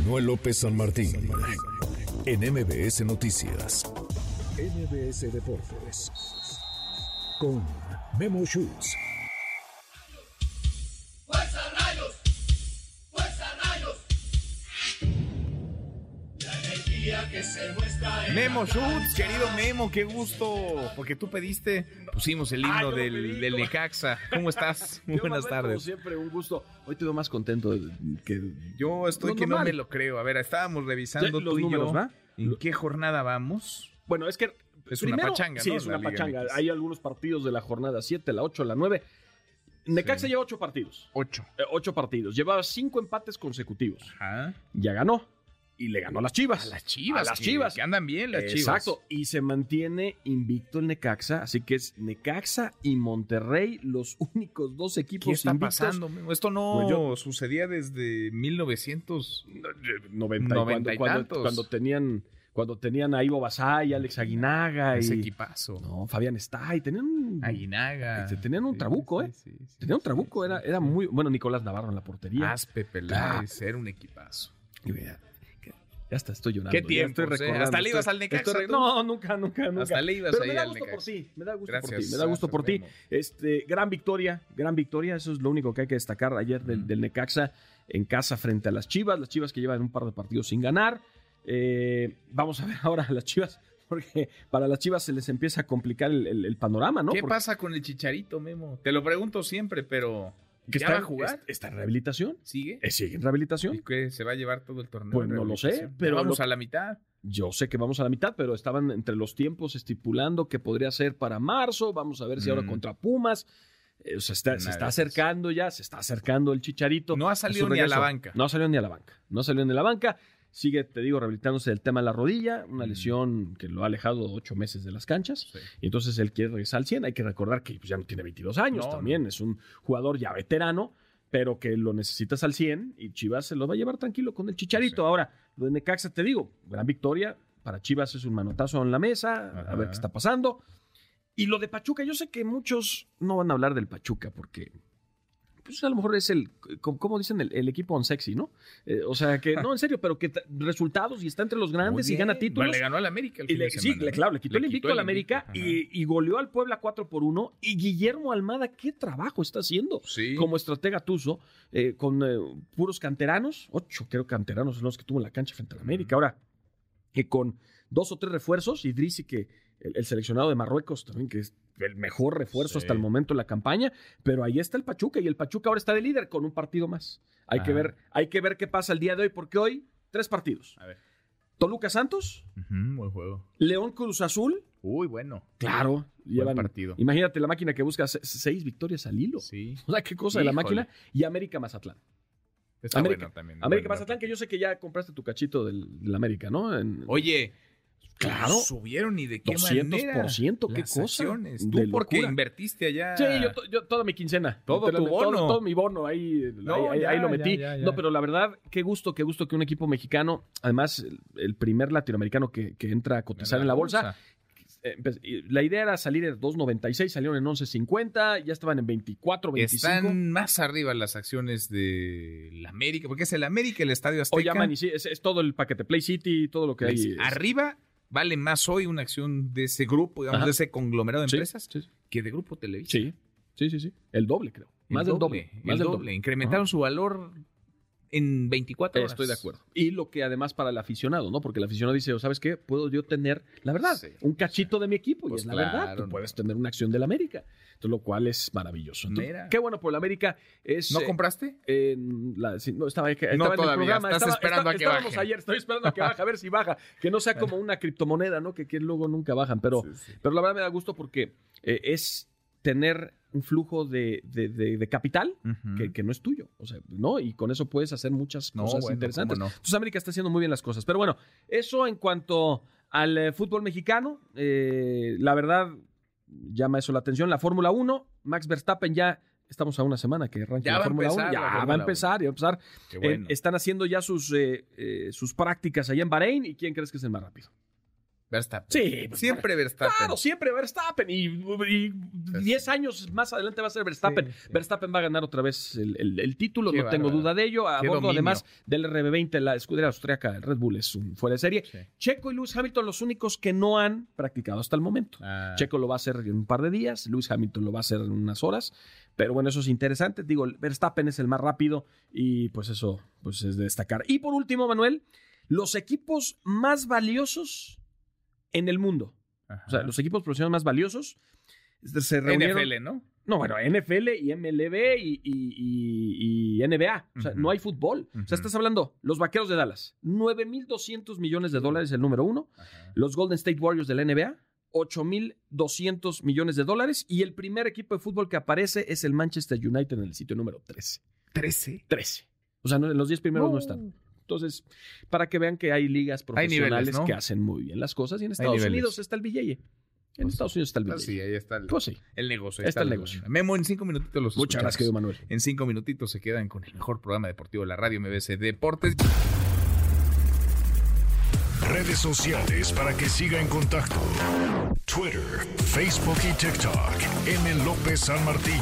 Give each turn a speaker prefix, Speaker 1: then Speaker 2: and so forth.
Speaker 1: Manuel López San Martín en MBS Noticias. MBS Deportes con Memo Schutz.
Speaker 2: ¡Fuerza rayos! ¡Fuerza rayos! La energía que se muestra en
Speaker 3: Memo
Speaker 2: la
Speaker 3: Schutz,
Speaker 2: cancha.
Speaker 3: querido Memo, qué gusto. Porque tú pediste, pusimos el
Speaker 4: Ah, yo
Speaker 3: himno
Speaker 4: lo
Speaker 3: del,
Speaker 4: pedí.
Speaker 3: del Necaxa. ¿Cómo estás? Muy
Speaker 4: Tío
Speaker 3: buenas
Speaker 4: Manuel, Como
Speaker 3: tardes.
Speaker 4: siempre, un gusto. Hoy te veo más contento que
Speaker 3: Yo estoy
Speaker 4: Lo
Speaker 3: que no
Speaker 4: normal.
Speaker 3: me lo creo. A ver, estábamos revisando
Speaker 4: Ya,
Speaker 3: tú
Speaker 4: los
Speaker 3: y yo
Speaker 4: números, ¿va?
Speaker 3: en qué jornada vamos.
Speaker 4: Bueno, es que
Speaker 3: Es
Speaker 4: primero-
Speaker 3: una pachanga,
Speaker 4: Sí,
Speaker 3: ¿no?
Speaker 4: es
Speaker 3: La
Speaker 4: una
Speaker 3: Liga
Speaker 4: pachanga.
Speaker 3: MX.
Speaker 4: Hay algunos partidos de la jornada 7, la 8, la 9. Necaxa
Speaker 3: Sí.
Speaker 4: lleva 8 partidos.
Speaker 3: Ocho.
Speaker 4: 8 partitos. Lleva 5 empates consecutivos.
Speaker 3: Ajá.
Speaker 4: Ya ganó. Y le ganó a las
Speaker 3: A
Speaker 4: Chivas.
Speaker 3: las chivas.
Speaker 4: A las
Speaker 3: que-
Speaker 4: chivas.
Speaker 3: Que andan bien las chivas.
Speaker 4: Exacto. Y se mantiene invicto el Necaxa. Así que es Necaxa y Monterrey los únicos dos equipos
Speaker 3: ¿Qué está
Speaker 4: invictos.
Speaker 3: pasando? Memo? Esto no
Speaker 4: Pues yo-
Speaker 3: sucedía desde 1900.
Speaker 4: 90 y
Speaker 3: Noventa
Speaker 4: cuando,
Speaker 3: y
Speaker 4: cuando-
Speaker 3: tantos.
Speaker 4: cuando tenían cuando tenían a Ivo Basay, Alex Aguinaga
Speaker 3: Ese
Speaker 4: y
Speaker 3: equipazo.
Speaker 4: no, Fabián está y tenían un,
Speaker 3: Aguinaga.
Speaker 4: Este, tenían un trabuco, ¿eh?
Speaker 3: sí, sí,
Speaker 4: tenían un
Speaker 3: sí,
Speaker 4: trabuco,
Speaker 3: sí,
Speaker 4: era,
Speaker 3: sí.
Speaker 4: era muy bueno Nicolás Navarro en la portería.
Speaker 3: Aspe Peláez, era un equipazo.
Speaker 4: Y mira, que- ya hasta estoy llorando.
Speaker 3: Qué
Speaker 4: ya
Speaker 3: tiempos,
Speaker 4: estoy
Speaker 3: eh.
Speaker 4: recordando,
Speaker 3: Hasta le
Speaker 4: estoy-
Speaker 3: ibas al Necaxa,
Speaker 4: estoy-
Speaker 3: tú.
Speaker 4: no, nunca, nunca, nunca.
Speaker 3: Hasta le ibas
Speaker 4: Pero
Speaker 3: ahí
Speaker 4: me da
Speaker 3: al
Speaker 4: gusto por
Speaker 3: Necaxa.
Speaker 4: ti, me da gusto por
Speaker 3: Gracias.
Speaker 4: ti, me da gusto por ti.
Speaker 3: Memo.
Speaker 4: Este, gran victoria, gran victoria. Eso es lo único que hay que destacar ayer del, del Necaxa en casa frente a las Chivas. Las Chivas que llevan un par de partidos sin ganar. Eh, vamos a ver ahora a las Chivas, porque para las Chivas se les empieza a complicar el, el- el panorama, ¿no?
Speaker 3: ¿Qué
Speaker 4: Porque-
Speaker 3: pasa con el Chicharito, Memo? Te lo pregunto siempre, pero
Speaker 4: que
Speaker 3: ¿ya
Speaker 4: está,
Speaker 3: va a jugar?
Speaker 4: es- ¿Está en rehabilitación?
Speaker 3: ¿Sigue?
Speaker 4: Eh, ¿Sigue en
Speaker 3: ¿Y
Speaker 4: rehabilitación?
Speaker 3: qué? ¿Se va a llevar todo el torneo?
Speaker 4: Pues
Speaker 3: en
Speaker 4: no lo sé,
Speaker 3: rehabilitación?
Speaker 4: pero
Speaker 3: Ya Vamos
Speaker 4: lo-
Speaker 3: a la mitad.
Speaker 4: Yo sé que vamos a la mitad, pero estaban entre los tiempos estipulando que podría ser para marzo. Vamos a ver si ahora
Speaker 3: Mm.
Speaker 4: contra Pumas. Eh, o sea, está- se
Speaker 3: Una
Speaker 4: está
Speaker 3: de esas.
Speaker 4: acercando ya, se está acercando el chicharito.
Speaker 3: No ha salido
Speaker 4: su
Speaker 3: ni a la
Speaker 4: regreso.
Speaker 3: banca.
Speaker 4: No salió ni a la banca. No salió ni a la banca. Sigue, te digo, rehabilitándose del tema de la rodilla, una
Speaker 3: Mm.
Speaker 4: lesión que lo ha alejado ocho meses de las canchas.
Speaker 3: Sí.
Speaker 4: Y entonces él quiere regresar al 100. Hay que recordar que pues, ya no tiene 22 años
Speaker 3: No,
Speaker 4: también.
Speaker 3: no.
Speaker 4: Es un jugador ya veterano, pero que lo necesitas al 100 y Chivas se lo va a llevar tranquilo con el chicharito.
Speaker 3: Sí.
Speaker 4: Ahora, lo de Necaxa, te digo, gran victoria. Para Chivas es un manotazo en la mesa, a
Speaker 3: Ajá.
Speaker 4: ver qué está pasando. Y lo de Pachuca, yo sé que muchos no van a hablar del Pachuca porque pues a lo mejor es el, como como dicen, el, el equipo on sexy, ¿no? Eh, o sea, que no, en serio, pero que t- resultados y está entre los grandes
Speaker 3: Muy
Speaker 4: y
Speaker 3: bien.
Speaker 4: gana títulos.
Speaker 3: Bueno, Le ganó al América el
Speaker 4: Y
Speaker 3: fin de
Speaker 4: le- sí,
Speaker 3: semana, ¿eh?
Speaker 4: le-
Speaker 3: ¿no?
Speaker 4: claro, le quitó el invicto al América
Speaker 3: Ajá.
Speaker 4: y, y goleó al Puebla 4 por 1. Y Guillermo Almada, ¿qué trabajo está haciendo?
Speaker 3: Sí.
Speaker 4: Como estratega Tuzo, eh, con eh, puros canteranos, ocho creo canteranos son los que tuvo en la cancha frente al América.
Speaker 3: Ujú.
Speaker 4: Ahora, que con dos o tres refuerzos, Idrissi, que el, el seleccionado de Marruecos también, que es el mejor refuerzo
Speaker 3: Sí.
Speaker 4: hasta el momento de la campaña, pero ahí está el Pachuca y el Pachuca ahora está de líder con un partido más. Hay, que
Speaker 3: Ajá.
Speaker 4: ver, hay que ver qué pasa el día de hoy, porque hoy tres partidos.
Speaker 3: A ver.
Speaker 4: Toluca Santos,
Speaker 3: Ujú, buen juego.
Speaker 4: León Cruz Azul.
Speaker 3: Uy, bueno.
Speaker 4: Claro, llevan.
Speaker 3: partido.
Speaker 4: Imagínate la máquina que busca se- seis victorias al hilo.
Speaker 3: Sí.
Speaker 4: O sea, qué cosa de la
Speaker 3: Híjole.
Speaker 4: máquina. Y América Mazatlán.
Speaker 3: Está
Speaker 4: América-
Speaker 3: bueno también.
Speaker 4: América
Speaker 3: Bueno,
Speaker 4: Mazatlán, que yo sé que ya compraste tu cachito del, del América, ¿no? En-
Speaker 3: Oye,
Speaker 4: Claro.
Speaker 3: Subieron y de qué
Speaker 4: 200%,
Speaker 3: manera.
Speaker 4: qué
Speaker 3: Las
Speaker 4: cosa.
Speaker 3: acciones.
Speaker 4: de
Speaker 3: Tú porque
Speaker 4: locura.
Speaker 3: invertiste allá.
Speaker 4: Sí, yo, to- yo toda mi quincena.
Speaker 3: Todo tu
Speaker 4: Literalmente,
Speaker 3: bono.
Speaker 4: Todo, mi bono, ahí,
Speaker 3: No,
Speaker 4: ahí,
Speaker 3: ya,
Speaker 4: ahí lo metí.
Speaker 3: ya, ya, ya.
Speaker 4: No, pero la verdad, qué gusto, qué gusto que un equipo mexicano, además, el, el primer latinoamericano que, que entra a cotizar en la bolsa, Eh, pues, y la idea era salir en 2.96, salieron en 11.50, ya estaban en 24, 25.
Speaker 3: Están más arriba las acciones de la América, porque es el América, el Estadio
Speaker 4: o
Speaker 3: Azteca.
Speaker 4: llaman y sí, es, es todo el paquete Play City, todo lo que hay.
Speaker 3: Les-
Speaker 4: es-
Speaker 3: Arriba vale más hoy una acción de ese grupo, digamos,
Speaker 4: Ajá.
Speaker 3: de ese conglomerado de
Speaker 4: Sí,
Speaker 3: empresas,
Speaker 4: Sí, sí.
Speaker 3: que de Grupo Televisa.
Speaker 4: sí, sí, sí, sí. El doble, creo.
Speaker 3: El
Speaker 4: más del doble.
Speaker 3: el
Speaker 4: Más del
Speaker 3: doble.
Speaker 4: doble.
Speaker 3: Incrementaron su valor en 24 horas.
Speaker 4: Estoy de acuerdo. Y lo que además para el aficionado, ¿no? Porque el aficionado dice, "Oh, ¿sabes qué? Puedo yo tener, la verdad,
Speaker 3: Sí,
Speaker 4: un cachito de mi equipo. y
Speaker 3: Pues
Speaker 4: es la
Speaker 3: claro,
Speaker 4: verdad, tú
Speaker 3: no.
Speaker 4: puedes tener una acción del América. Entonces, lo cual es maravilloso. Entonces,
Speaker 3: Mira.
Speaker 4: qué bueno por el América. Es,
Speaker 3: ¿No
Speaker 4: eh,
Speaker 3: compraste?
Speaker 4: en la- sí, no, estaba, estaba en el
Speaker 3: todavía,
Speaker 4: programa.
Speaker 3: estás
Speaker 4: estaba-
Speaker 3: esperando a que
Speaker 4: estábamos
Speaker 3: baje.
Speaker 4: ayer, estoy esperando a que baje, a ver si baja. Que no sea como una criptomoneda, ¿no? Que, que luego nunca bajan. Pero,
Speaker 3: Sí, sí.
Speaker 4: pero la verdad me da gusto porque eh, es tener un flujo de, de- de- de capital
Speaker 3: Ujú.
Speaker 4: que, que no es tuyo. O sea, ¿no? Y con eso puedes hacer muchas
Speaker 3: No,
Speaker 4: cosas
Speaker 3: bueno,
Speaker 4: interesantes.
Speaker 3: cómo no.
Speaker 4: Entonces pues América está haciendo muy bien las cosas. Pero bueno, eso en cuanto al eh, fútbol mexicano, eh, la verdad llama eso la atención. La Fórmula 1, Max Verstappen ya estamos a una semana que arranca
Speaker 3: Ya
Speaker 4: la
Speaker 3: va a
Speaker 4: Fórmula 1.
Speaker 3: empezar
Speaker 4: Ya
Speaker 3: la
Speaker 4: va
Speaker 3: Fórmula
Speaker 4: a
Speaker 3: 1.
Speaker 4: empezar, ya va a empezar.
Speaker 3: Qué
Speaker 4: Eh,
Speaker 3: bueno.
Speaker 4: están haciendo ya sus, eh, eh, sus prácticas allá en Bahrein. ¿Y quién crees que es el más rápido?
Speaker 3: Verstappen.
Speaker 4: Sí,
Speaker 3: Siempre Verstappen.
Speaker 4: Claro, siempre Verstappen. Y, y 10 años más adelante va a ser Verstappen. Verstappen va a ganar otra vez el, el- el título,
Speaker 3: Qué
Speaker 4: no tengo
Speaker 3: bárbaro.
Speaker 4: duda de ello. A
Speaker 3: Qué
Speaker 4: bordo,
Speaker 3: dominio.
Speaker 4: además, del RB20, la escudera austriaca, el Red Bull es un fuera de serie.
Speaker 3: Sí.
Speaker 4: Checo y Lewis Hamilton, los únicos que no han practicado hasta el momento.
Speaker 3: Ah,
Speaker 4: Checo lo va a hacer en un par de días, Lewis Hamilton lo va a hacer en unas horas, pero bueno, eso es interesante. Digo, Verstappen es el más rápido y pues eso pues es de destacar. Y por último, Manuel, los equipos más valiosos en el mundo.
Speaker 3: ajá.
Speaker 4: O sea, los equipos profesionales más valiosos este, se reunieron.
Speaker 3: NFL, ¿no?
Speaker 4: No, bueno, NFL y MLB y, y- y- y NBA. O sea,
Speaker 3: Ujú.
Speaker 4: no hay fútbol. O
Speaker 3: Ujú.
Speaker 4: sea, estás hablando, los vaqueros de Dallas, 9.200 millones de dólares el número uno.
Speaker 3: Ajá.
Speaker 4: Los Golden State Warriors de la NBA, 8.200 millones de dólares. Y el primer equipo de fútbol que aparece es el Manchester United en el sitio número 13.
Speaker 3: 13.
Speaker 4: 13. O sea, no, los 10 primeros no. están. Entonces, para que vean que hay ligas
Speaker 3: Hay niveles,
Speaker 4: profesionales
Speaker 3: ¿no?
Speaker 4: que hacen muy bien las cosas. Y en Estados
Speaker 3: niveles.
Speaker 4: Unidos está el billete. En
Speaker 3: Pues
Speaker 4: Estados Unidos está el
Speaker 3: Ah,
Speaker 4: billete.
Speaker 3: sí, ahí está el,
Speaker 4: Pues sí.
Speaker 3: el negocio. ahí
Speaker 4: Ahí está el negocio.
Speaker 3: Memo, en cinco minutitos
Speaker 4: Muchas
Speaker 3: los escuchamos.
Speaker 4: gracias, querido Manuel.
Speaker 3: En cinco minutitos se quedan con el mejor programa deportivo de la radio MBC Deportes.
Speaker 1: Redes sociales para que siga en contacto: Twitter, Facebook y TikTok. M. López San Martín.